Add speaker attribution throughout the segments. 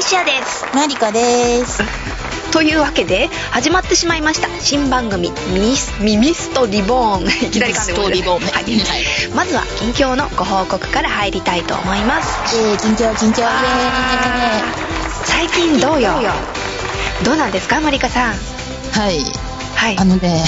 Speaker 1: シアです
Speaker 2: マリコです。
Speaker 1: というわけで始まってしまいました新番組「ミスミミストリボーン」いきなり噛んでごめんなさ い
Speaker 2: ミミストリボーンね
Speaker 1: はいまずは近況のご報告から入りたいと思います
Speaker 2: えー、緊張緊張イエー
Speaker 1: 最近どうよどうなんですかマリカさん
Speaker 2: イはい。
Speaker 1: はい
Speaker 2: あのね、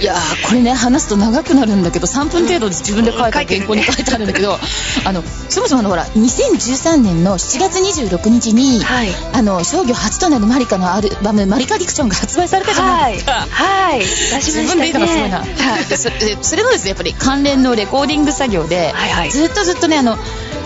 Speaker 2: いやーこれね話すと長くなるんだけど3分程度で自分で書いた原稿に書いてあるんだけど、あのそもそもあのほら2013年の7月26日に、
Speaker 1: はい
Speaker 2: あの商業初となるマリカのアルバムマリカディクションが発売されたじゃない
Speaker 1: はい
Speaker 2: ですか。
Speaker 1: はい出しました
Speaker 2: 自
Speaker 1: ね
Speaker 2: 分で言うのがすごいな、
Speaker 1: はい
Speaker 2: でそでそれのですねやっぱり関連のレコーディング作業で、
Speaker 1: はいはい
Speaker 2: ずっとずっとねあの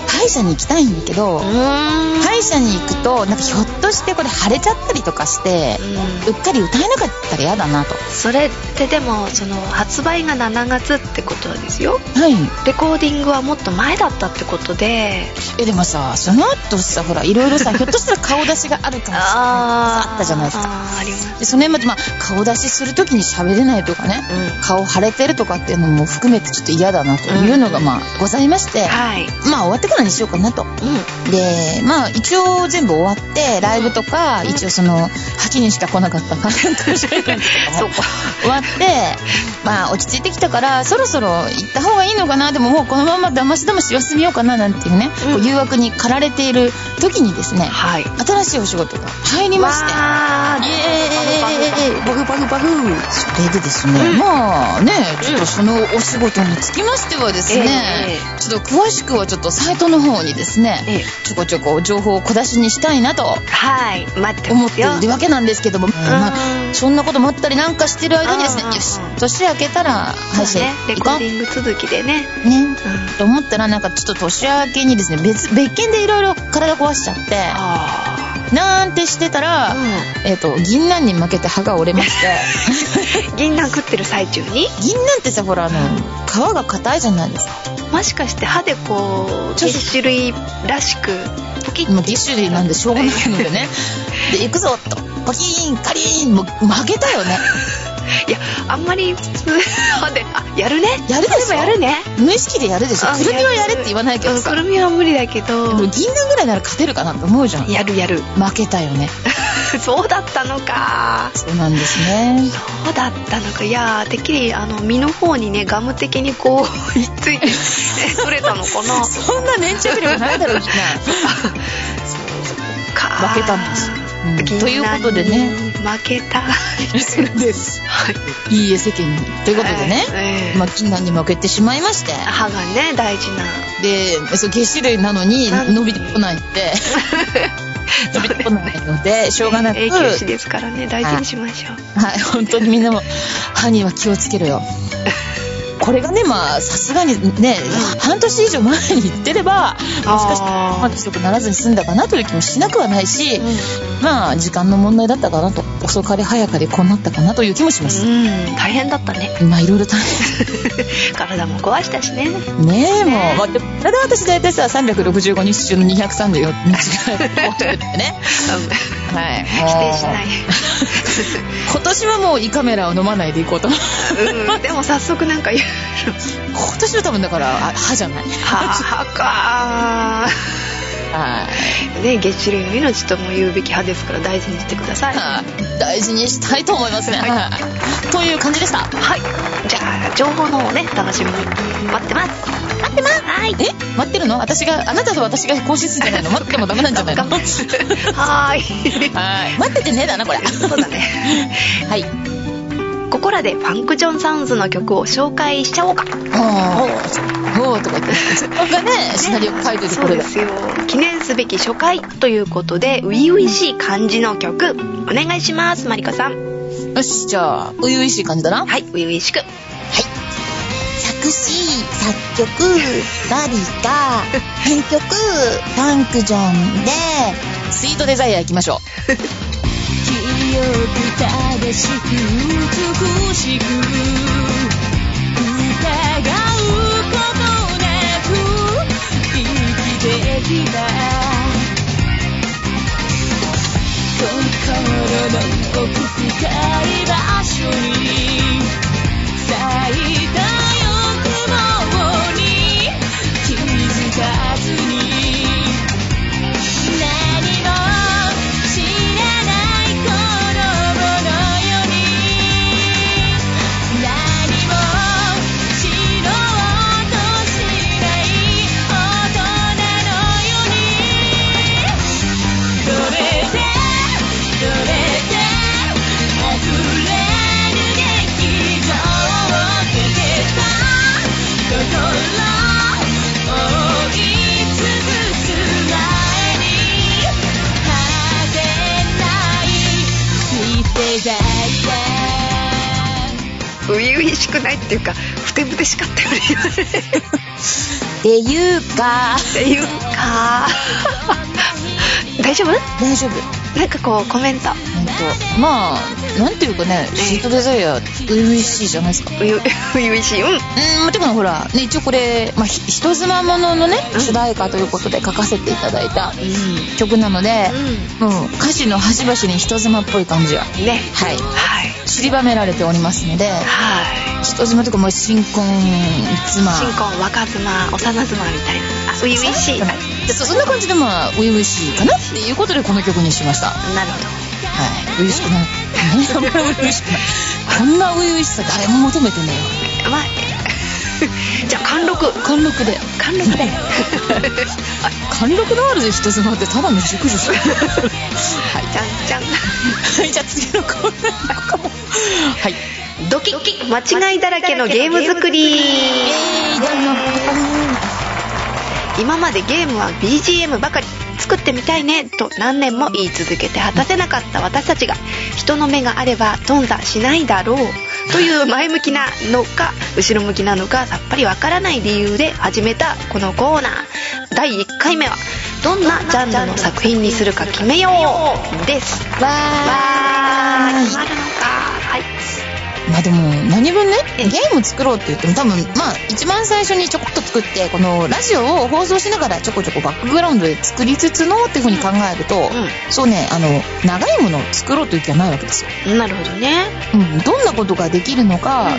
Speaker 2: 歯医者に行きたいんだけど、
Speaker 1: うーん
Speaker 2: 歯医者に行くとなんかひょっとしてこれ腫れちゃったりとかして、
Speaker 1: う
Speaker 2: うんっかり歌えなかったら嫌だなと
Speaker 1: それってでもその発売が7月ってことですよ
Speaker 2: はい
Speaker 1: レコーディングはもっと前だったってことで
Speaker 2: えでもさその後さほらいろいろ さひょっとしたら顔出しがあるかもしれないあったじゃないですか
Speaker 1: あーあります
Speaker 2: でその辺まで、まあ、顔出しする時に喋れないとかね、
Speaker 1: うん
Speaker 2: 顔腫れてるとかっていうのも含めてちょっと嫌だなというのが、まあございまして、
Speaker 1: はい
Speaker 2: まあ終わってからにしようかなと
Speaker 1: う
Speaker 2: でまあ一応全部終わってライブとか、一応その8人しか来なかったかなかもしれないんですけども
Speaker 1: ん そうか
Speaker 2: 終わってまあ落ち着いてきたからそろそろ行った方がいいのかなでももうこのままだましだまし様子見ようかななんていうね、
Speaker 1: うん
Speaker 2: こう誘惑に駆られている時にですね
Speaker 1: はい
Speaker 2: 新しいお仕事が入りまして
Speaker 1: わー
Speaker 2: イエーイ
Speaker 1: バグバグバグバグ
Speaker 2: それでですね、まあねちょっとそのお仕事につきましてはですね、
Speaker 1: ええ
Speaker 2: ちょっと詳しくはちょっとサイトの方にですね、
Speaker 1: ええ
Speaker 2: ちょこちょこ情報を小出しにしたいなと
Speaker 1: はい待って
Speaker 2: 思
Speaker 1: ま
Speaker 2: っ
Speaker 1: す
Speaker 2: て
Speaker 1: よ
Speaker 2: いるわけなんですけども、まあ、そんなこともあったりなんかしてる間にですね
Speaker 1: うんうんうん
Speaker 2: よし年明けたら
Speaker 1: そ
Speaker 2: 歯
Speaker 1: う
Speaker 2: 医者
Speaker 1: ねレ
Speaker 2: 行
Speaker 1: コ
Speaker 2: こ
Speaker 1: ー
Speaker 2: う
Speaker 1: ディング続きでね
Speaker 2: ね
Speaker 1: うん
Speaker 2: と思ったらなんかちょっと年明けにですね別別件でいろいろ体壊しちゃって
Speaker 1: あ
Speaker 2: なんてしてたら、
Speaker 1: あ
Speaker 2: えっと銀杏に負けて歯が折れま して
Speaker 1: 銀杏食ってる最中に
Speaker 2: 銀杏ってさほらあの皮が硬いじゃないですか
Speaker 1: もしかして歯でこう
Speaker 2: ちょっと
Speaker 1: 10種類らしくポキッ
Speaker 2: もう10種類なんでしょうがないので ねで行くぞとパキーンカリーンもう負けたよね
Speaker 1: いやあんまり普通歯であやるね
Speaker 2: やるでしょ
Speaker 1: そういえばやるね
Speaker 2: 無意識でやるでしょ
Speaker 1: あ
Speaker 2: くるみはやれって言わないけど
Speaker 1: うん
Speaker 2: さ
Speaker 1: くるみは無理だけ
Speaker 2: で
Speaker 1: ど
Speaker 2: も銀杏ぐらいなら勝てるかなと思うじゃん
Speaker 1: やるやる
Speaker 2: 負けたよね
Speaker 1: そうだったのか
Speaker 2: そうなんですね
Speaker 1: そうだったのかいやーてっきりあの身の方にねガム的にこうひっつ いて取れたのか なそ
Speaker 2: そんな粘着力ないだろうな
Speaker 1: うか
Speaker 2: 負けたんですうん
Speaker 1: 銀杏に
Speaker 2: ということでね
Speaker 1: 負け た
Speaker 2: そうです
Speaker 1: はい
Speaker 2: いいえ世間にということでね、
Speaker 1: ええ
Speaker 2: まあ、銀杏に負けてしまいまして
Speaker 1: 歯がね大事な
Speaker 2: でそうげっ歯類なのに
Speaker 1: なんで
Speaker 2: 伸びてこないって 伸びてこないのでしょうがなく
Speaker 1: 永久歯ですからね大事にしましょう
Speaker 2: はい、本当にみんなも歯には気をつけろよ。これがね、まあ、さすがにね、半年以上前に行ってれば、もしかした
Speaker 1: あ
Speaker 2: ら、
Speaker 1: ー
Speaker 2: まあ、強くならずに済んだかなという気もしなくはないし、まあ、時間の問題だったかなと、遅かれ早かれこうなったかなという気もします。
Speaker 1: うん大変だったね
Speaker 2: まあ、いろいろ大変。
Speaker 1: 体も壊したしね
Speaker 2: ねえ、もう、まあ、でもただ私大体さ、365日中の234日ぐらいこうやってね。はい。
Speaker 1: 否定しない
Speaker 2: い。今年はもう胃カメラを飲まないでいこうと。
Speaker 1: うんでも早速なんか言う
Speaker 2: 今年は多分だから、あ歯じゃない。
Speaker 1: 歯か
Speaker 2: はい。
Speaker 1: ね月種類の命とも言うべき歯ですから大事にしてくださいは
Speaker 2: はい大事にしたいと思いますね。
Speaker 1: はい
Speaker 2: はいという感じでした。
Speaker 1: いじゃあ情報の方をね楽しみに待ってます待ってますはい
Speaker 2: え待ってるの私が、あなたと私が更新するんじゃないの待ってもダメなんじゃないのはい。
Speaker 1: はーい
Speaker 2: 待っててねえだな、こ れ。
Speaker 1: そうだね
Speaker 2: はい。
Speaker 1: ここらでファンクジョンサウンズの曲を紹介しちゃおうか
Speaker 2: おー、おーとか言っ て。そこがね、シナリオ書いといて
Speaker 1: そ
Speaker 2: こ
Speaker 1: う
Speaker 2: れ
Speaker 1: で
Speaker 2: が。
Speaker 1: すよ記念すべき初回ということで初々しい感じの曲お願いしますマリコさん
Speaker 2: よし、じゃあ、初々しい感じだな。
Speaker 1: はい初々しく
Speaker 2: 作詞、作曲、マリカ、編曲、パンクジョンで、スイートデザイア行きましょう。
Speaker 3: 清く正しく美しく疑うことなく生きてきた心の奥深い場所に咲いた欲望に気づかずに何も
Speaker 1: しくないっていうかふてぶてしかったよね今ね
Speaker 2: ていうか
Speaker 1: っていうか 大丈夫
Speaker 2: 大丈夫
Speaker 1: なんかこうコメント
Speaker 2: 本当まあなんていうかねシートデザイア初々しいじゃないですか
Speaker 1: ういういしいうん
Speaker 2: うんてかほら、ね、一応これ、まあ、ひ人妻もののね
Speaker 1: うん
Speaker 2: 主題歌ということで書かせていただいた曲なので、うん、歌詞の端々に人妻っぽい感じが
Speaker 1: うんね
Speaker 2: はい
Speaker 1: はい
Speaker 2: 散りばめられておりますので
Speaker 1: はい
Speaker 2: 人妻とかもう新婚妻
Speaker 1: 新婚若妻幼妻みたいなあ初々しい
Speaker 2: は
Speaker 1: あ
Speaker 2: いでそそんな感じでまあ初々しいかなっていうことでこの曲にしましたは
Speaker 1: なるほ
Speaker 2: い初
Speaker 1: ど
Speaker 2: 々しくないこんな初々しくないこんな初々しさ誰も求めてねえよ
Speaker 1: まあ じゃあ貫禄
Speaker 2: 貫禄で
Speaker 1: 貫禄で
Speaker 2: 貫禄のある人妻ってただの熟女じゃんはい
Speaker 1: じゃんじゃん
Speaker 2: はいじゃあ次のコーナー行こうかもはい
Speaker 1: ドキッ間違いだらけのゲーム作り今までゲームは BGM ばかり作ってみたいねと何年も言い続けて果たせなかった私たちが人の目があれば頓挫しないだろうという前向きなのか後ろ向きなのかさっぱりわからない理由で始めたこのコーナー第1回目はどんなジャンルの作品にするか決めようですわー決まるのかはい
Speaker 2: まあでも何分ねゲーム作ろうって言っても多分まあ一番最初にちょこっと作ってこのラジオを放送しながらちょこちょこバックグラウンドで作りつつのっていうふうに考えると、
Speaker 1: ん
Speaker 2: そうねあの長いものを作ろうという気はないわけですよ、
Speaker 1: なるほどね。
Speaker 2: うん、どんなことができるのか、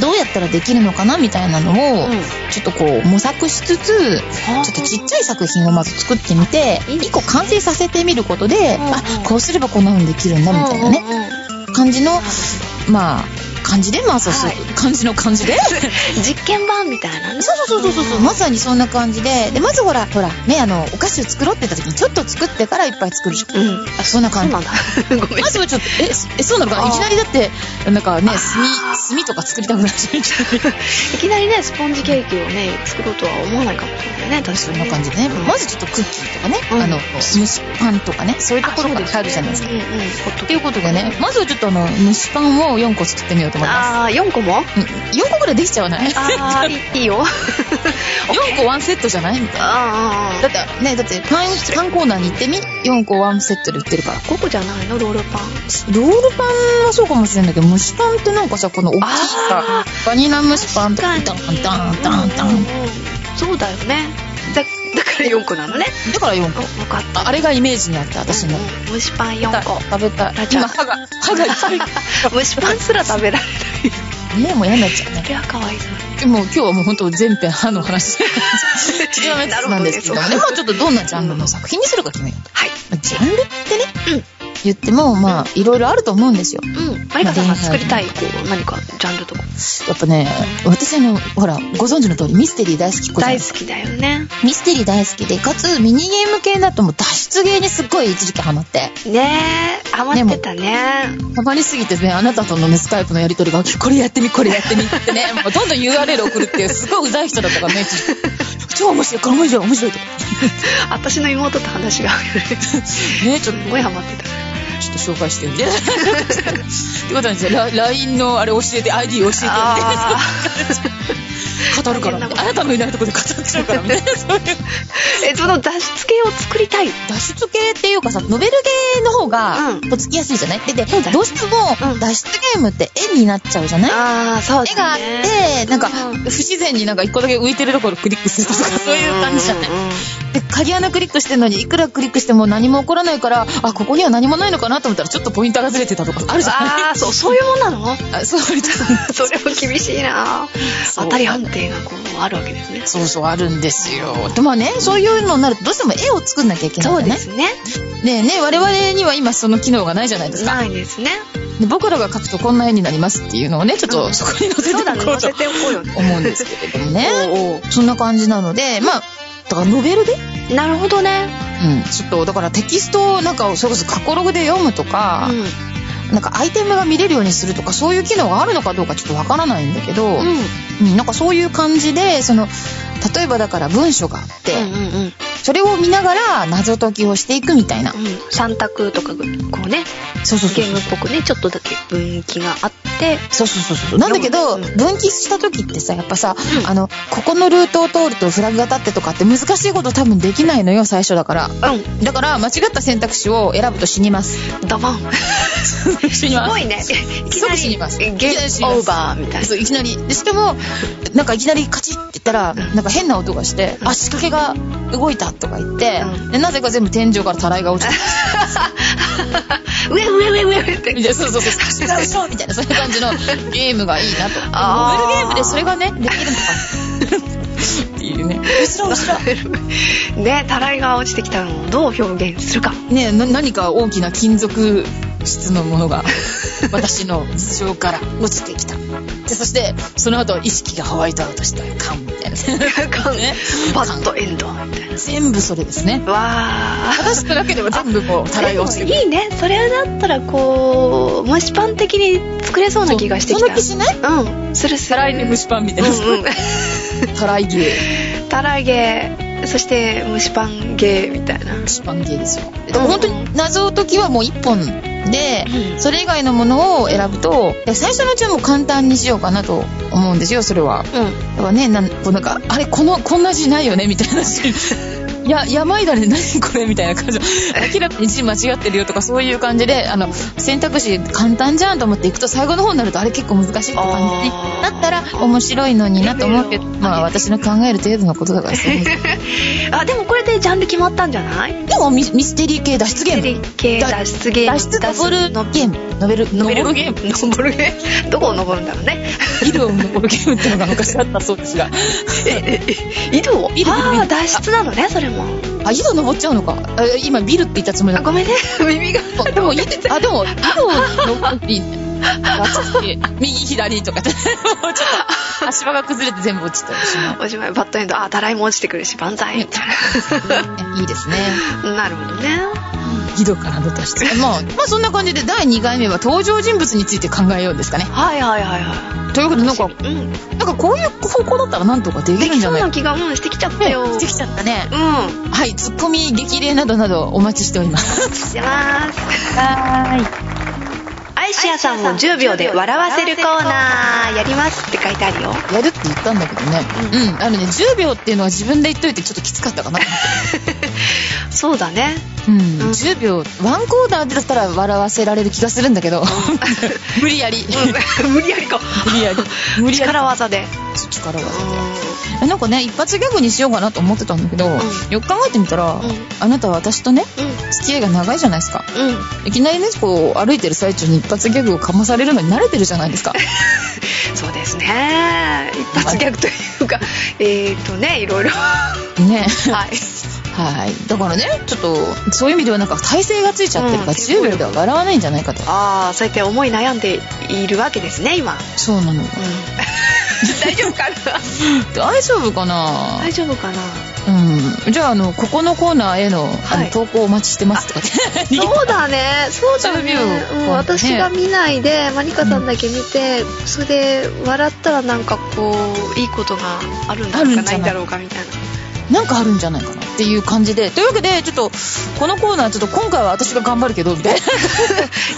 Speaker 2: どうやったらできるのかなみたいなのを、
Speaker 1: うん
Speaker 2: ちょっとこう模索しつつ
Speaker 1: あー
Speaker 2: ちょっとちっちゃい作品をまず作ってみて
Speaker 1: いいですね
Speaker 2: 1個完成させてみることで、
Speaker 1: うんうん
Speaker 2: あこうすればこんなのできるんだみたいなね、感じのまあ感じでまあそうそう、
Speaker 1: はい
Speaker 2: 感じの感じでそう
Speaker 1: 実験版みたいな ね。
Speaker 2: そうそうそうそう、まさにそんな感じででまずほらほらねあのお菓子を作ろうって言った時にちょっと作ってからいっぱい作るじゃん、
Speaker 1: うん。
Speaker 2: あそんな
Speaker 1: そ
Speaker 2: 感
Speaker 1: う
Speaker 2: じ
Speaker 1: な んだ。ごめん
Speaker 2: ま。ずはちょっとえそえそうなのか
Speaker 1: あ
Speaker 2: な
Speaker 1: ー
Speaker 2: いきなりだってなんかね炭炭とか作りたくなっちゃ うじゃん
Speaker 1: いきなりね、スポンジケーキをね、作ろうとは思わないかもしれないね。確
Speaker 2: そ
Speaker 1: か
Speaker 2: ん
Speaker 1: に
Speaker 2: な
Speaker 1: ね。
Speaker 2: 感じでね、
Speaker 1: うん
Speaker 2: まずちょっとクッキーとかね、
Speaker 1: うん
Speaker 2: あの蒸しパンとかねそういうところから入るじゃないですか
Speaker 1: うんうん。ほっと
Speaker 2: っていうことでねまずはちょっとあの蒸しパンを4個作ってみようと思います
Speaker 1: あー、4 個も
Speaker 2: 4個ぐらいできちゃわない ?4
Speaker 1: あ ー、いいいいよ。
Speaker 2: 個ワンセットじゃないみたいな
Speaker 1: あーあー
Speaker 2: だってねだってパンパンコーナーに行ってみ4個ワンセットで売ってるから
Speaker 1: 5個じゃないのロールパン。
Speaker 2: ロールパンはそうかもしれないけど蒸しパンってなんかさこの大きいさ
Speaker 1: あ
Speaker 2: バニラ蒸しパンとか
Speaker 1: 確
Speaker 2: ダ
Speaker 1: か
Speaker 2: ン
Speaker 1: に
Speaker 2: ダンダンダ
Speaker 1: うんうん
Speaker 2: ン
Speaker 1: うんそうだよね。だだから4個なのね。
Speaker 2: だから4
Speaker 1: お
Speaker 2: 個
Speaker 1: わかった。
Speaker 2: ああれがイメージにあった私の
Speaker 1: うんうん蒸しパン4個。
Speaker 2: 食べたい
Speaker 1: 食べたい
Speaker 2: 今歯が歯が痛い
Speaker 1: 蒸しパンすら食べられない。
Speaker 2: ねえもう嫌になっちゃうね
Speaker 1: それはかわいそうに。
Speaker 2: でも今日はもう本当全編歯の 話ち りばめつつなんです けどもね
Speaker 1: なる
Speaker 2: ま
Speaker 1: ほ
Speaker 2: あちょっとどんなジャンルの作品にするか決めようと
Speaker 1: はい。
Speaker 2: まあジャンルってね言ってもまあいろいろあると思うんですよ
Speaker 1: うん。マリカさんが作りたい、こう、何かジャンルとか。
Speaker 2: やっぱね、私あの、ほら、ご存知の通りミステリー大好きっ子じゃない
Speaker 1: 大
Speaker 2: で
Speaker 1: 好
Speaker 2: すか。
Speaker 1: きだよね。
Speaker 2: ミステリー大好きで、かつミニゲーム系だともう脱出ゲーにすっごい一時期ハマって。
Speaker 1: ねえ、ハマってたね。
Speaker 2: ハマりすぎてね、あなたとのね、スカイプのやりとりが、これやってみ、これやってみってね、 もうどんどん URL 送るっていう、すごいうざい人だったからね、一時期超面白い、これ面白い、面白いとか。
Speaker 1: 私の妹と話が合うよね。
Speaker 2: ね、ちょっと、
Speaker 1: すごいハマってた。
Speaker 2: ちょっと紹介してみて。ってことなんですよ、ラ LINE のあれ教えて、ID 教えてみたいな。
Speaker 1: あ
Speaker 2: 語るから、ね、あなたのいないところで語っちゃうからね、そういう。
Speaker 1: ーえ、その脱出系を作りたい。
Speaker 2: 脱出系っていうかさ、ノベルゲーの方が
Speaker 1: う、ん
Speaker 2: とっつきやすいじゃない、で、で、
Speaker 1: そうだね
Speaker 2: どうしても
Speaker 1: う、ん
Speaker 2: 脱出ゲームって絵になっちゃうじゃない、
Speaker 1: ああ、そう
Speaker 2: 絵
Speaker 1: ですね。
Speaker 2: があって、なんか、不
Speaker 1: う
Speaker 2: 自然になんか一個だけ浮いてるところクリックするとか、そういう感じじゃない
Speaker 1: うんうんうん
Speaker 2: で、鍵穴クリックしてるのに、いくらクリックしても何も起こらないから、あ、ここには何もないのかなと思ったら、ちょっとポインターがずれてたとか、あるじゃない
Speaker 1: ああ、そう、そういうもんなの
Speaker 2: あそう、割と
Speaker 1: それも厳しいな
Speaker 2: そう
Speaker 1: 当たり判定がこう、あるわけですね。
Speaker 2: そうそう、あるんですよ。で、まあね、そういうのになると、どうしても絵を作んなきゃいけないん
Speaker 1: そう
Speaker 2: だ
Speaker 1: で
Speaker 2: ね。
Speaker 1: すね。
Speaker 2: ねえねえ、我々には今その機能がないじゃないですか。
Speaker 1: ないですね。
Speaker 2: で僕らが書くとこんな絵になりますっていうのをねちょっとそこに載せて
Speaker 1: そうだね、
Speaker 2: いこう
Speaker 1: 乗
Speaker 2: と
Speaker 1: せておこうよね。
Speaker 2: 思うんですけれどもね
Speaker 1: おうお
Speaker 2: そんな感じなのでまあだからノベルで、
Speaker 1: う なるほどね。
Speaker 2: うん、ちょっとだからテキストをなんかそれこそ過去ログで読むとか、
Speaker 1: う
Speaker 2: なんかアイテムが見れるようにするとかそういう機能があるのかどうかちょっとわからないんだけど、
Speaker 1: ん。うん。
Speaker 2: うんなんかそういう感じでその例えばだから文章があって、
Speaker 1: うんうんうん。
Speaker 2: それを見ながら謎解きをしていくみたいな
Speaker 1: う。ん、3択とかこうね
Speaker 2: そうそうそ
Speaker 1: ゲ
Speaker 2: う
Speaker 1: ー
Speaker 2: そう
Speaker 1: ムっ。ぽくねちょっとだけ分岐があって
Speaker 2: そうそうそうそう。なんだけど、
Speaker 1: うん
Speaker 2: 分岐した時ってさ、やっぱさ、
Speaker 1: うん
Speaker 2: あの、ここのルートを通るとフラグが立ってとかって難しいこと多分できないのよ、最初だから。
Speaker 1: う
Speaker 2: だから、間違った選択肢を選ぶと死にます。
Speaker 1: んドボン
Speaker 2: 死
Speaker 1: すごいねいきな
Speaker 2: 即死に
Speaker 1: り
Speaker 2: ます
Speaker 1: ゲ
Speaker 2: いきなり死
Speaker 1: ー
Speaker 2: にま
Speaker 1: ム
Speaker 2: す
Speaker 1: オーバーみたいな
Speaker 2: そういきなりでしかもなんかいきなりカチッって言ったらなんか変な音がして
Speaker 1: うん
Speaker 2: あ仕掛けが動いたとか言って
Speaker 1: うん
Speaker 2: でなぜか全部天井からたらいが 落ちてきたみたいなそうそうそう
Speaker 1: 上上上上上って
Speaker 2: 違うしょみたいなそういう感じ のゲームがいいなと
Speaker 1: あー
Speaker 2: ノベルゲームでそれがねできるのかっていうね後ろ後ろ
Speaker 1: ねたらいが落ちてきたのをどう表現するか
Speaker 2: ねな何か大きな金属質のもの が私の頭上から落ちてきたでそしてその後意識がホワイトアウトしたカンみたいな
Speaker 1: カン
Speaker 2: ね
Speaker 1: バッドエンドみたい
Speaker 2: 全部それですね
Speaker 1: なわー
Speaker 2: 正しくだけでは全部こうたらいが落ちてく
Speaker 1: でも
Speaker 2: る
Speaker 1: いいねそれだったらこう蒸しパン的に作れそうな気がしてきた
Speaker 2: そんな気しない
Speaker 1: うんするす
Speaker 2: た
Speaker 1: る
Speaker 2: らいに蒸しパンみたいな、
Speaker 1: うんうん
Speaker 2: たらい芸蒸
Speaker 1: 唐揚げそして蒸しパンゲーみたいな
Speaker 2: しパン芸ですよでも本当に謎解きはもう一本で
Speaker 1: うん
Speaker 2: それ以外のものを選ぶとで最初のうちはもう簡単にしようかなと思うんですよそれは
Speaker 1: うん
Speaker 2: だからねなんこうなんかあれこのこんな字ないよねみたいな 字いや山いだれ何これみたいな感じ明らかに字間違ってるよとかそういう感じであの選択肢簡単じゃんと思っていくと最後の方になるとあれ結構難しいって感じに
Speaker 1: あー
Speaker 2: なったら面白いのになと思うけどまあ私の考える程度のことだからですね
Speaker 1: あでもこれでジャンル決まったんじゃない
Speaker 2: でもミミステリー系脱出ゲ
Speaker 1: テ
Speaker 2: ー
Speaker 1: レ
Speaker 2: ム
Speaker 1: 系脱出ゲーム
Speaker 2: 脱出ダブルゲームノベルノベルゲーム
Speaker 1: ム登るゲームどこを登るんだろう ね
Speaker 2: ビルを登るゲームっていうのが昔あったそうですが
Speaker 1: 井戸を
Speaker 2: ビルビルビル
Speaker 1: ああ脱出なのねそれも
Speaker 2: あ井戸登っちゃうのかあ今ビルって言ったつもりだ
Speaker 1: あ
Speaker 2: った
Speaker 1: ごめんね 耳が
Speaker 2: そうでも、いあ、でも、井戸のいいねあ右、左とかって、もうちょっと、足場が崩れて全部落ちてしまう。
Speaker 1: おしまいバッドエンドあたらいも落ちてくるし万歳 みたい
Speaker 2: いいですね。
Speaker 1: ななるほどね
Speaker 2: 井戸からの脱出。まあ、まあそんな感じで第2回目は登場人物について考えようですかね。
Speaker 1: はいはいはいは
Speaker 2: ということで、なんか、
Speaker 1: いうん
Speaker 2: なんかこういう方向だったらなんとかでき
Speaker 1: で
Speaker 2: るん
Speaker 1: き
Speaker 2: じゃ
Speaker 1: そう
Speaker 2: ない
Speaker 1: な
Speaker 2: か。
Speaker 1: 気がうんしてきちゃったよ
Speaker 2: ねしてきちゃったね。
Speaker 1: うん
Speaker 2: はい、ツッコミ、激励などなどお待ちしております。
Speaker 1: します
Speaker 2: はーい。
Speaker 1: アイシアさんを10秒で笑わせるコーナーやりますって書いてあるよ
Speaker 2: やるって言ったんだけどね。うん、あのね、10秒っていうのは自分で言っといてちょっときつかったかな。
Speaker 1: そうだね
Speaker 2: うん、10秒ワンコーナーだったら笑わせられる気がするんだけど 無理やり、
Speaker 1: うん 無理やりか
Speaker 2: 無 理やり無理やり
Speaker 1: 力技で
Speaker 2: 力がえなんかね一発ギャグにしようかなと思ってたんだけど、よく考えてみたら、
Speaker 1: ん
Speaker 2: あなたは私とね
Speaker 1: う
Speaker 2: 付き合いが長いじゃないですか
Speaker 1: んうんうん
Speaker 2: いきなりねこう歩いてる最中に一発ギャグをかまされるのに慣れてるじゃない ですか
Speaker 1: そうですね一発ギャグという かえーとねいろいろは
Speaker 2: ね
Speaker 1: い
Speaker 2: はいだからねちょっとそういう意味ではなんか体勢がついちゃってるから、
Speaker 1: うん
Speaker 2: 10秒では笑わないんじゃないかと
Speaker 1: ああそうやって思い悩んでいるわけですね今、
Speaker 2: そうなのよ
Speaker 1: うん、 大丈
Speaker 2: 大丈夫
Speaker 1: 夫かな
Speaker 2: かな
Speaker 1: 大丈夫かな
Speaker 2: うん、じゃああのここのコーナーへの,、
Speaker 1: はい
Speaker 2: あの投稿お待ちしてますとかって
Speaker 1: そうだねそうだね、
Speaker 2: 10秒
Speaker 1: うん、私が見ないでマリカさんだけ見て、それで笑ったらなんかこういいことがあるんだ
Speaker 2: あ
Speaker 1: ろう
Speaker 2: る
Speaker 1: か
Speaker 2: んじゃな
Speaker 1: な
Speaker 2: い
Speaker 1: いんだろうかみたいな
Speaker 2: なんかあるんじゃないかなっていう感じでというわけでちょっとこのコーナーちょっと今回は私が頑張るけどみたいな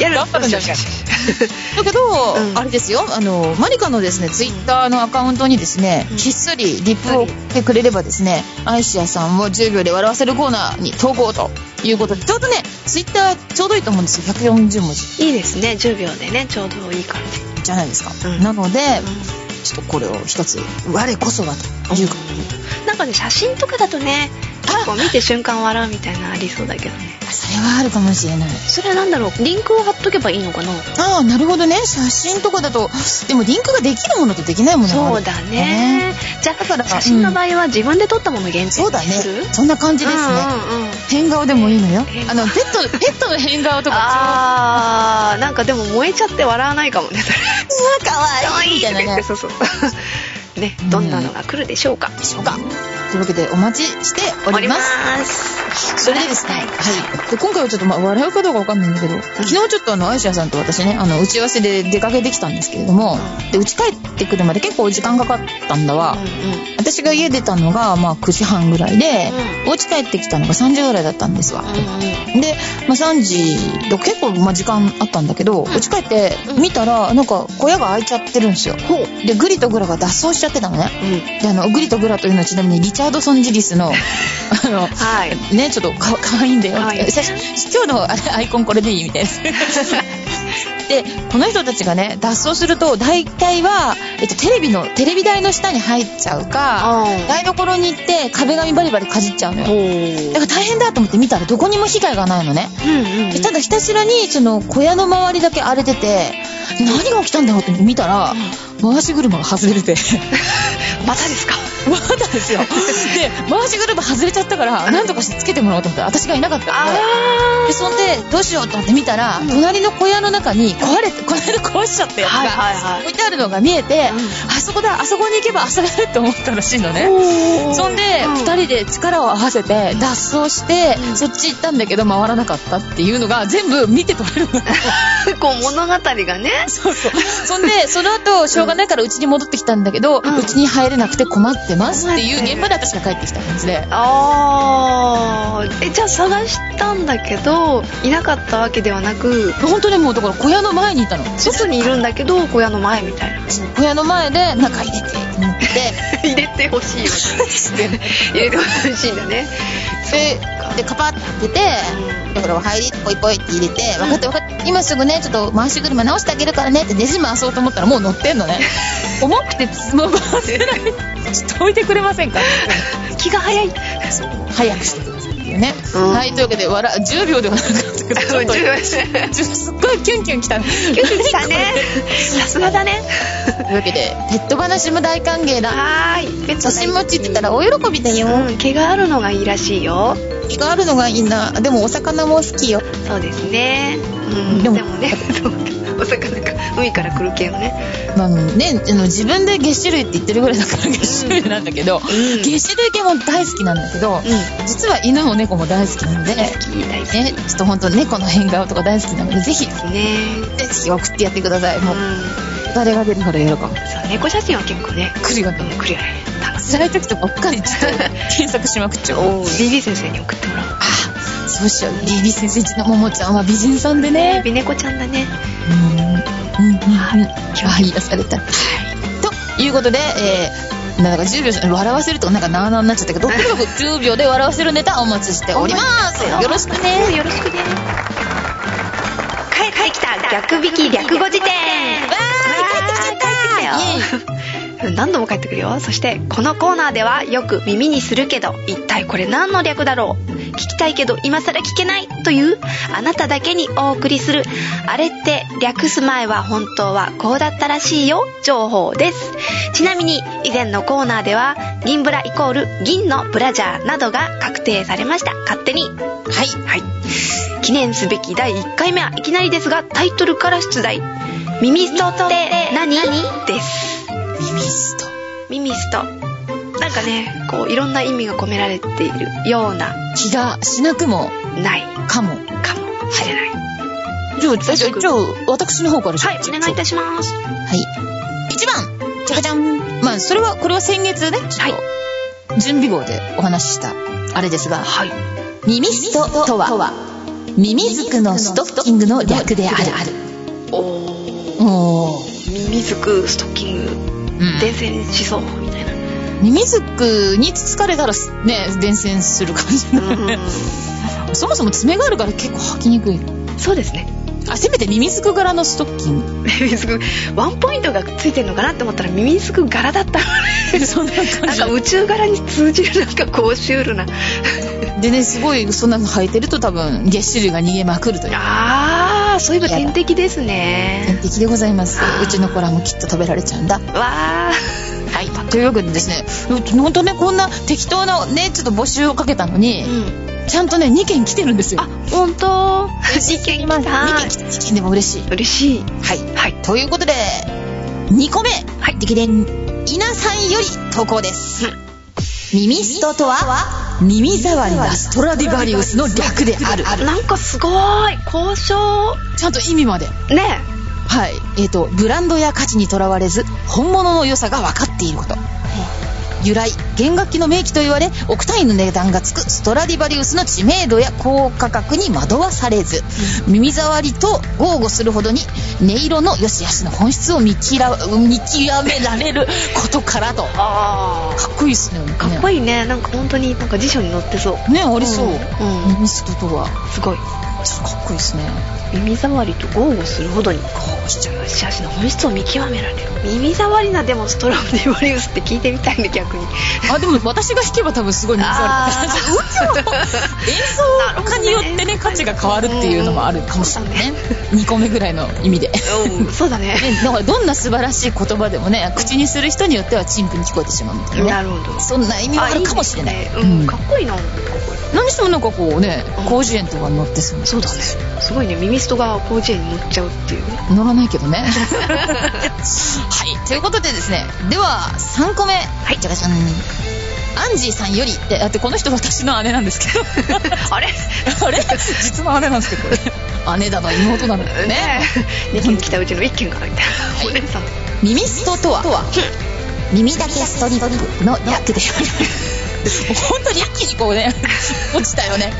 Speaker 1: やる
Speaker 2: 頑張るんだ
Speaker 1: よしよしよし
Speaker 2: だけど、
Speaker 1: うん
Speaker 2: あれですよあのマリカのですねツイッターのアカウントにですね、
Speaker 1: うん
Speaker 2: ひっそりリップを送ってくれればですねアイシアさんを10秒で笑わせるコーナーに投稿ということでちょうどねツイッターちょうどいいと思うんですよ140文字
Speaker 1: いいですね10秒でねちょうどいい感じ、
Speaker 2: じゃないですか、
Speaker 1: うん
Speaker 2: なので
Speaker 1: う
Speaker 2: ちょっとこれを一つ我こそはというか
Speaker 1: ん、なんかね写真とかだとね結構見て瞬間笑うみたいなのありそうだけどね
Speaker 2: それはあるかもしれない
Speaker 1: それは何だろうリンクを貼っとけばいいのかな
Speaker 2: ああなるほどね写真とかだとでもリンクができるものとできないものがある
Speaker 1: そうだねじゃあ
Speaker 2: だから
Speaker 1: 写真の場合は自分で撮ったもの限定にする
Speaker 2: そうだね
Speaker 1: うんうん
Speaker 2: そんな感じですね、
Speaker 1: うん
Speaker 2: 変顔でもいいのよ
Speaker 1: 変顔
Speaker 2: あのペッ トペットの変顔とか
Speaker 1: あーなんかでも燃えちゃって笑わないかもねそれ
Speaker 2: うわかわいいみたいなね
Speaker 1: そうそう ね
Speaker 2: うん
Speaker 1: どんなのが来るでしょうか、
Speaker 2: そうかというわけでお待ちしております。
Speaker 1: す
Speaker 2: それでですね、
Speaker 1: は
Speaker 2: はいい。で今回はちょっと、まあ、笑うかどうかわかんないんだけど、昨日ちょっとあの、アイシアさんと私ね、あの、打ち合わせで出かけてきたんですけれども、で、うち帰ってくるまで結構時間かかったんだわ。
Speaker 1: うんうん
Speaker 2: 私が家出たのが、まあ、9時半ぐらいで、お家帰ってきたのが3時ぐらいだったんですわ。で、まあ、3時で結構、まあ、時間あったんだけど、
Speaker 1: ん
Speaker 2: うち帰って見たら、なんか小屋が開いちゃってるんですよ。で、グリとグラが脱走しちゃってたのね。
Speaker 1: うんうん
Speaker 2: で、あの、グリとグラというのはちなみにリチャードソン・ジリス の、あの、
Speaker 1: はい
Speaker 2: ね、ちょっとかかわいいんだよ
Speaker 1: かわいい
Speaker 2: って。写真今日のあれアイコンこれでいいみ たいな。で、この人たちがね、脱走すると、大体は、えっと、テレビの、テレビ台の下に入っちゃうか、台所に行って壁紙バリバリかじっちゃうの
Speaker 1: ほう
Speaker 2: よ。だから大変だと思って見たらどこにも被害がないのね。
Speaker 1: うんうんうん
Speaker 2: でただひたすらにその小屋の周りだけ荒れてて何が起きたんだろうって見たら回し車が外れてて
Speaker 1: またですか
Speaker 2: まだです よで回し車外れちゃったから何とかしてつけてもらおうと思って私がいなかったからでそんでどうしようと思って見たら、隣の小屋の中に壊れて この間壊しちゃったやつが、
Speaker 1: はいはいはい
Speaker 2: 置いてあるのが見えて、
Speaker 1: うん
Speaker 2: あそこだあそこに行けば遊べると思ったらしいのねそんで、
Speaker 1: うん
Speaker 2: 二人で力を合わせて脱走して、そっち行ったんだけど回らなかったっていうのが全部見て取れる の
Speaker 1: こう物語がね
Speaker 2: そうそうそんでその後しょうがないからうちに戻ってきたんだけどう
Speaker 1: うん
Speaker 2: ち、に入れなくて困ってますっていう
Speaker 1: 困ってる
Speaker 2: 現場で私が帰ってきた感じで
Speaker 1: あーえじゃあ探したんだけどいなかったわけではなく
Speaker 2: 本当にもうだから小屋の前にいたの
Speaker 1: 外にいるんだけど小屋の前みたいな
Speaker 2: 小屋の前で中入れてってなって
Speaker 1: 入れてほしいよね入れてほしいんだね
Speaker 2: ででカパッて出てだから入りポイポイって入れて分かった分かった今すぐねちょっと回し車直してあげるからねってネジ回そうと思ったらもう乗ってんのね 重くてつま回せないちょっと置いてくれませんか
Speaker 1: 気が早い
Speaker 2: 早くしてくださいっていうね、
Speaker 1: うん
Speaker 2: はいというわけで笑10秒ではなかったけど ちょっ と
Speaker 1: 分
Speaker 2: すっごいキュンキュンきたキュン
Speaker 1: 来たねさすがだね
Speaker 2: というわけでペット話も大歓迎だ
Speaker 1: はーいペッ
Speaker 2: 写
Speaker 1: ト大好き
Speaker 2: 真もついてたら大喜びだよ
Speaker 1: うん毛があるのがいいらしいよ
Speaker 2: 気があるのがいいなでもお魚も好きよ
Speaker 1: そうですねうんで
Speaker 2: で
Speaker 1: も
Speaker 2: も
Speaker 1: ねお魚か海から来る系のね
Speaker 2: まあね、あの自分で月種類って言ってるぐらいだから月種類なんだけど、
Speaker 1: ん
Speaker 2: 月種類系も大好きなんだけど、
Speaker 1: う
Speaker 2: 実は犬も猫も大好きなので、ね、
Speaker 1: ん大好き
Speaker 2: ちょっと本当猫の変顔とか大好きなので、ぜひ、ぜ
Speaker 1: ね
Speaker 2: ひ送ってやってください。
Speaker 1: う
Speaker 2: もう、
Speaker 1: ん
Speaker 2: 誰が出るからやるか。
Speaker 1: そう猫写真は結構ね
Speaker 2: クリが
Speaker 1: う
Speaker 2: ね
Speaker 1: ん、クリア楽し
Speaker 2: 辛い時とかばっかりち ょっと検索しまくっちゃう。
Speaker 1: お BB 先生に送ってもらおう
Speaker 2: あそうしよう。リリ先生ちのももちゃんは美人さんで
Speaker 1: ね
Speaker 2: ね。
Speaker 1: 美猫ちゃんだね
Speaker 2: うん、うん、うん、うん。はい、癒された。ということで、えー、なんだか10秒じゃ笑わせるとかなんかなーなーになっちゃったけど、とにかく10秒で笑わせるネタお待ちしております。よろしくね。
Speaker 1: よろしくね帰ってきた逆引き略語辞典
Speaker 2: わーい帰ってきちゃった
Speaker 1: 帰ってきたようん何度も帰ってくるよそしてこのコーナーではよく耳にするけど一体これ何の略だろう聞きたいけど今更聞けないというあなただけにお送りするあれって略す前は本当はこうだったらしいよ情報ですちなみに以前のコーナーでは銀ブライコール銀のブラジャーなどが確定されました勝手にはいはい記念すべき第1回目はいきなりですがタイトルから出題「ミミストって何?」です
Speaker 2: ミミスト。
Speaker 1: ミミストなんかねこういろんな意味が込められているような
Speaker 2: 気がしなくも、
Speaker 1: ない
Speaker 2: かも。
Speaker 1: かもしれないは
Speaker 2: じゃあ、じゃあ、じゃあ私の方から
Speaker 1: いお願いいたします
Speaker 2: はい。1番、じゃかじゃん。まあ、それは、これは先月ね、ちょ
Speaker 1: はい
Speaker 2: っと、準備号でお話しした、あれですが、
Speaker 1: はい
Speaker 2: ミミストとは、ミミズクのストッキングの略である。
Speaker 1: おー
Speaker 2: おー。
Speaker 1: ミミズクストッキング
Speaker 2: うん
Speaker 1: 伝染しそうみたいな
Speaker 2: ミミズクにつつかれたらすね伝染する感じだ
Speaker 1: うんう
Speaker 2: ね
Speaker 1: ん
Speaker 2: そもそも爪があるから結構履きにくい
Speaker 1: そうですね
Speaker 2: あせめてミミズク柄のストッキング
Speaker 1: ミミズクワンポイントがついてるのかなって思ったらミミズク柄だった
Speaker 2: そんな
Speaker 1: な
Speaker 2: 感
Speaker 1: んか
Speaker 2: じ
Speaker 1: 宇宙柄に通じるなんかこうシュールな
Speaker 2: でねすごいそんなの履いてると多分月種類が逃げまくるという
Speaker 1: ああそういえば天敵です
Speaker 2: 天
Speaker 1: ね
Speaker 2: 敵でございますうちの子らもきっと食べられちゃうんだ
Speaker 1: わあ
Speaker 2: はいというわけでですね本当ねこんな適当なねちょっと募集をかけたの
Speaker 1: う
Speaker 2: に、
Speaker 1: ん
Speaker 2: ちゃんとね2件来てるんですよ
Speaker 1: あ本当2件来
Speaker 2: 今
Speaker 1: た
Speaker 2: 2件来て2件でも嬉しい
Speaker 1: 嬉しい
Speaker 2: はい
Speaker 1: はい
Speaker 2: ということで2個目
Speaker 1: はい
Speaker 2: 駅伝稲さんより投稿です、耳ストとは耳障りなストラディバリウスの略である。
Speaker 1: なんかすごーい交渉
Speaker 2: ちゃんと意味まで。
Speaker 1: ね
Speaker 2: はい。えっ、と、ブランドや価値にとらわれず、本物の良さが分かっていること。由来、弦楽器の名器と言われ、億単位の値段がつくストラディバリウスの知名度や高価格に惑わされず、耳障りと豪語するほどに、音色の良し悪しの本質を見きら見極められることからと。か
Speaker 1: あ
Speaker 2: っこいいっすね。
Speaker 1: かっこ
Speaker 2: い
Speaker 1: いいねなんか本当になんか辞書に載ってそう
Speaker 2: い。ね、ありそう。
Speaker 1: うんうん
Speaker 2: 耳ストとは。
Speaker 1: すごい
Speaker 2: ちょっとかっこいいっすね。
Speaker 1: 耳障りと豪語するほどにこうしちゃうし足の本質を見極められる耳障りなでもストラディバリウスって聞いてみたいんで逆に
Speaker 2: あ、でも私が弾けば多分すごい耳障りだった。演奏家によってね価値が変わるっていうのもあるかもしれないね2個目ぐらいの意味でね
Speaker 1: うんそうだね
Speaker 2: だからどんな素晴らしい言葉でもね口にする人によってはチンプに聞こえてしまうみたい
Speaker 1: な
Speaker 2: なね
Speaker 1: るほど
Speaker 2: そんな意味もあるかもしれない
Speaker 1: あいいです
Speaker 2: う
Speaker 1: ねうんん、かっこいいなかっこいい
Speaker 2: 何してもなんかこうね
Speaker 1: うん
Speaker 2: 広辞苑とか乗ってそうな
Speaker 1: そうだねすごいね耳ストが広辞苑に乗っちゃうっていうね
Speaker 2: 乗らないけどね はいということでですねでは3個目はいじゃがじゃんアンジーさんよりでだってこの人私の姉なんですけど
Speaker 1: あ れ
Speaker 2: あれ実の姉なんですけどこれ 姉だの妹だのね
Speaker 1: ねえ2軒来たうちの1軒からみたいなお姉さん
Speaker 2: 耳ストとは耳だけストリップの略である本当に一気にこうね落ちたよね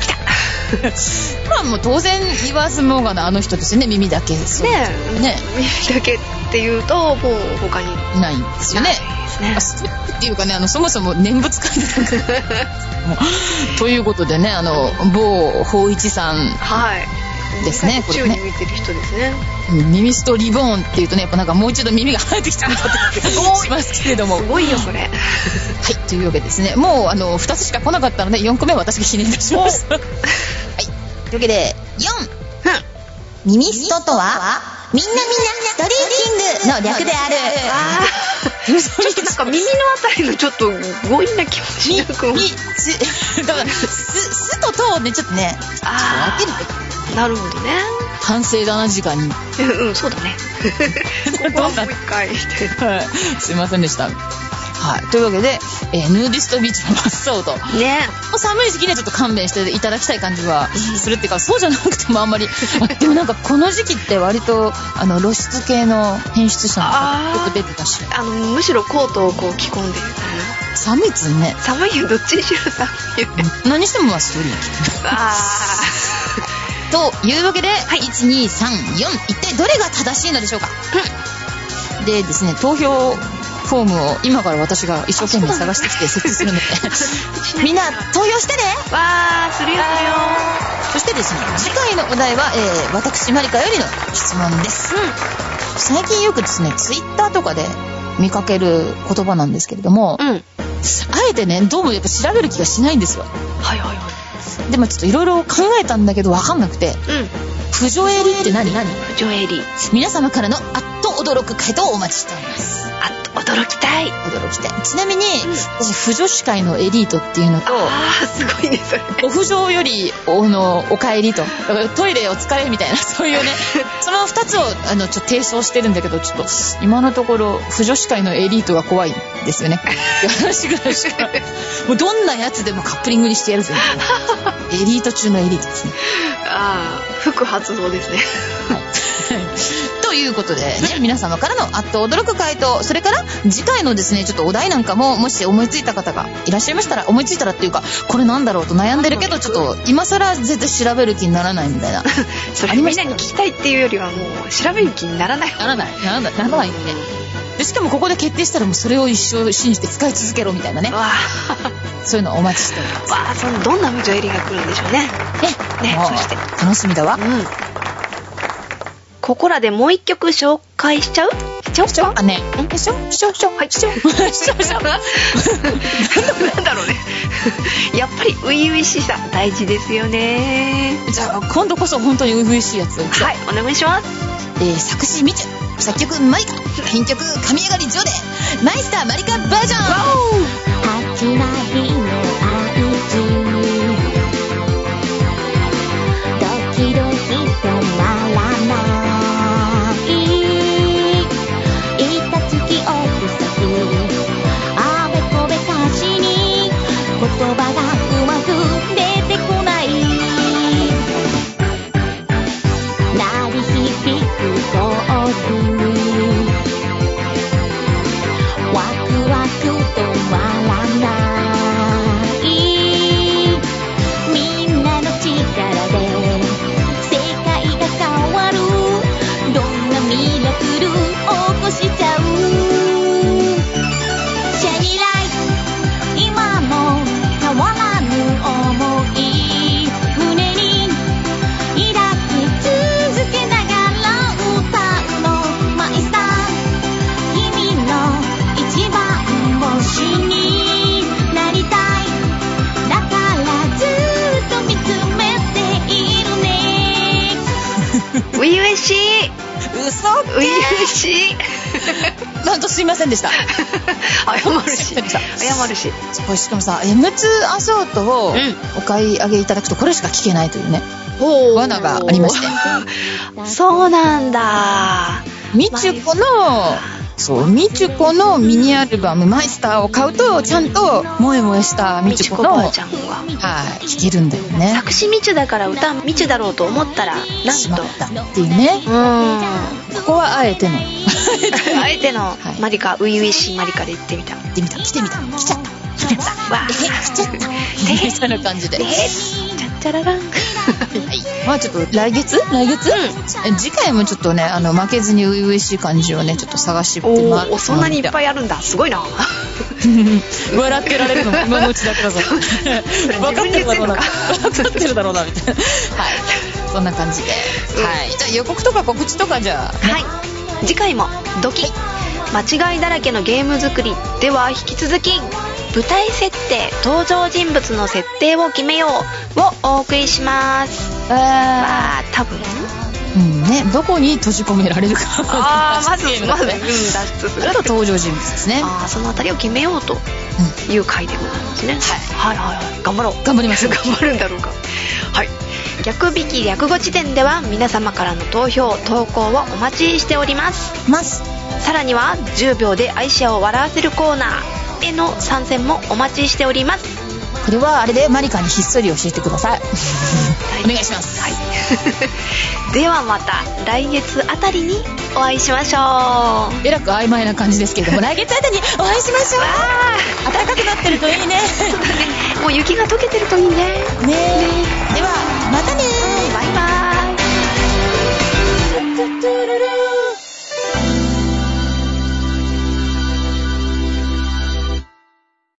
Speaker 2: まあもう当然言わずもがなあの人ですよね耳だけスト
Speaker 1: ね
Speaker 2: リッ
Speaker 1: え
Speaker 2: ね
Speaker 1: 耳だけっていうともう他に
Speaker 2: プないんですよね
Speaker 1: ですね
Speaker 2: まあ ストリップっていうかねあのそもそも念仏会なんかもうということでねあの某法一さん
Speaker 1: はい
Speaker 2: ですねこ
Speaker 1: これ
Speaker 2: れね
Speaker 1: 宙に浮いてる人ですね
Speaker 2: 耳ストリボーンっていうとねやっぱなんかもう一度耳が生えてきたみたいな気がしますけれど も
Speaker 1: すごいよこれ
Speaker 2: はい、というわけですね。もう、あの、2つしか来なかったので、4個目は私がひねり出しました。 はい。というわけで、4! 耳ストとは、みんなみんなストリーキングの略である。
Speaker 1: あー
Speaker 2: 耳
Speaker 1: ちょっとなんか耳のあたりのちょっと強引な気持ちなくも
Speaker 2: み、す、だから、す、すととをね、ちょっとね、
Speaker 1: あー
Speaker 2: 分けるべき。
Speaker 1: なるほどね
Speaker 2: 反省だな、時間に。
Speaker 1: うんうんそうだ ねここはもう一回して
Speaker 2: はい。すいませんでした。はい。というわけで、えーヌーディストビーチの真っ青と。
Speaker 1: ね
Speaker 2: もう寒い時期にはちょっと勘弁していただきたい感じはするっていうか、そうじゃなくてもあんまり。あでもなんかこの時期って割と、あの、露出系の変質者
Speaker 1: あー
Speaker 2: がよく出てたし、
Speaker 1: あのむしろコートをこう着込んでる
Speaker 2: 寒いっつうね。
Speaker 1: 寒いよどっちにしろ寒いよね
Speaker 2: 何してもまあストーリー
Speaker 1: あ
Speaker 2: というわけで、1、2、3、4、一体どれが正しいのでしょうかでですね、投票フォームを今から私が一生懸命探してきて設置す るので、みんな投票してね
Speaker 1: ーわーするよするよ
Speaker 2: そしてですね、次回のお題は、えー私、マリカよりの質問です。最近よくですね、ツイッターとかで見かける言葉なんですけれども、あ
Speaker 1: うんはい
Speaker 2: えてね、どうもやっぱ調べる気がしないんですよ。
Speaker 1: はいは
Speaker 2: でもちょっといろいろ考えたんだけど分かんなくて、
Speaker 1: いうん
Speaker 2: プジョエリって何
Speaker 1: ジョエリー
Speaker 2: 皆様からのあっと驚く回答をお待ちしております。
Speaker 1: あ驚きたい
Speaker 2: 驚きたい。ちなみに、
Speaker 1: ん
Speaker 2: 私、不女子会のエリートっていうのと、
Speaker 1: ああすごいねそれ
Speaker 2: お不浄よりおのお帰りとだからトイレお疲れみたいな そういうねその2つをあのちょっと提唱してるんだけどちょっと今のところ不女子界のエリートが怖いですよ ねって話ぐらいしかもうどんなやつでもカップリングにしてやる ぜみたいなエリート中のエリートですね、
Speaker 1: ああ副発動ですね
Speaker 2: はい、 ということで、ね、皆様からのあっと驚く回答それから次回のですねちょっとお題なんかももし思いついた方がいらっしゃいましたら思いついたらっていうかこれなんだろうと悩んでるけどちょっと今更絶対調べる気にならないみたい な
Speaker 1: それ
Speaker 2: あり
Speaker 1: み
Speaker 2: ま
Speaker 1: ん
Speaker 2: した
Speaker 1: なに聞きたいっていうよりはもう調べる気にならない
Speaker 2: ならないならないならないよねでしかもここで決定したらもうそれを一生信じて使い続けろみたいなね
Speaker 1: わ
Speaker 2: そういうのをお待ちしておりま
Speaker 1: あわあそのどんな無情エリが来るんでしょうね
Speaker 2: すね
Speaker 1: ね
Speaker 2: もう
Speaker 1: そして
Speaker 2: 楽しみだわ
Speaker 1: うんここらでもう一曲紹介しちゃうしちゃおう
Speaker 2: しょあねえしょしょしょはいしょ しょしょ
Speaker 1: なんだろうね やっぱり初々しさ大事ですよね
Speaker 2: じゃあ今度こそ本当に初々しいやつを、
Speaker 1: はいお願いします
Speaker 2: えー作詞みちゅ作曲マリカ編曲神上がりジョでマイスターマリカバージョン
Speaker 3: 8枚の愛知ドキドキ止まらないいたつきをふさぎあべこべかしに
Speaker 2: そっけ
Speaker 1: 初々しい
Speaker 2: なんとすいませんでした。
Speaker 1: 謝るし
Speaker 2: すいませんでした
Speaker 1: 謝るし
Speaker 2: これしかもさ M2 アソートを
Speaker 1: うん
Speaker 2: お買い上げいただくとこれしか聞けないというね、
Speaker 1: ほ
Speaker 2: 罠がありま して
Speaker 1: そうなんだ
Speaker 2: みちゅこのそうみちゅこのミニアルバム「マイスター」を買うとちゃんと萌え萌えしたみ
Speaker 1: み
Speaker 2: ち
Speaker 1: ち
Speaker 2: ゅ
Speaker 1: こ
Speaker 2: この
Speaker 1: ばあ
Speaker 2: はい
Speaker 1: ちゃんは
Speaker 2: 聞けるんだよね
Speaker 1: 作詞みちだから歌みちだろうと思ったらなん
Speaker 2: しま
Speaker 1: と
Speaker 2: ったっていうね
Speaker 1: うー
Speaker 2: ここはあえて の
Speaker 1: んあえての
Speaker 2: はい
Speaker 1: マリカ初々しいマリカで行ってみたわ
Speaker 2: 行ってみた来てみた来ちゃった来ちゃった
Speaker 1: あ
Speaker 2: え来ちゃったみたいな感じで
Speaker 1: でちゃっちゃららんはい
Speaker 2: まあちょっと来月来月、え次回もちょっとねあの負けずに初々しい感じをねちょっと探してってま
Speaker 1: おおそんなにいっぱ
Speaker 2: い
Speaker 1: いあるんだすごいな
Speaker 2: 笑ってられるのも今のうちだけ だぞ分かってるだろうな
Speaker 1: 自
Speaker 2: 分かってるだろうなみたいなはいそんな感じで、
Speaker 1: うん
Speaker 2: はいじゃあ予告とか告知とかじゃあ
Speaker 1: はい次回もドキッ間違いだらけのゲーム作りでは引き続き舞台設定登場人物の設定を決めようをお送りします
Speaker 2: あ
Speaker 1: あー多分
Speaker 2: ーうんねどこに閉じ込められるか
Speaker 1: あーまず
Speaker 2: ゲームだ
Speaker 1: ま
Speaker 2: と
Speaker 1: ず、うん、
Speaker 2: ね
Speaker 1: 脱出する
Speaker 2: あと登場人物ですね、
Speaker 1: あーそのあたりを決めようと
Speaker 2: う
Speaker 1: いう回でございますね、はい、はいはいはい頑張ろうん
Speaker 2: 頑張りましょう
Speaker 1: 頑張るんだろうかはい逆引き略語辞典では皆様からの投票投稿をお待ちしております
Speaker 2: ます
Speaker 1: さらには10秒で愛車を笑わせるコーナーへの参戦もお待ちしております
Speaker 2: これはあれでマリカにひっそり教えてくださいお願いします
Speaker 1: はい、 ではまた来月あたりにお会いしましょうわ
Speaker 2: えらく曖昧な感じですけれども来月あたりにお会いしましょう
Speaker 1: あ
Speaker 2: 暖かくなってるといいね
Speaker 1: もう雪が溶けてるといいね
Speaker 2: ねえではまたね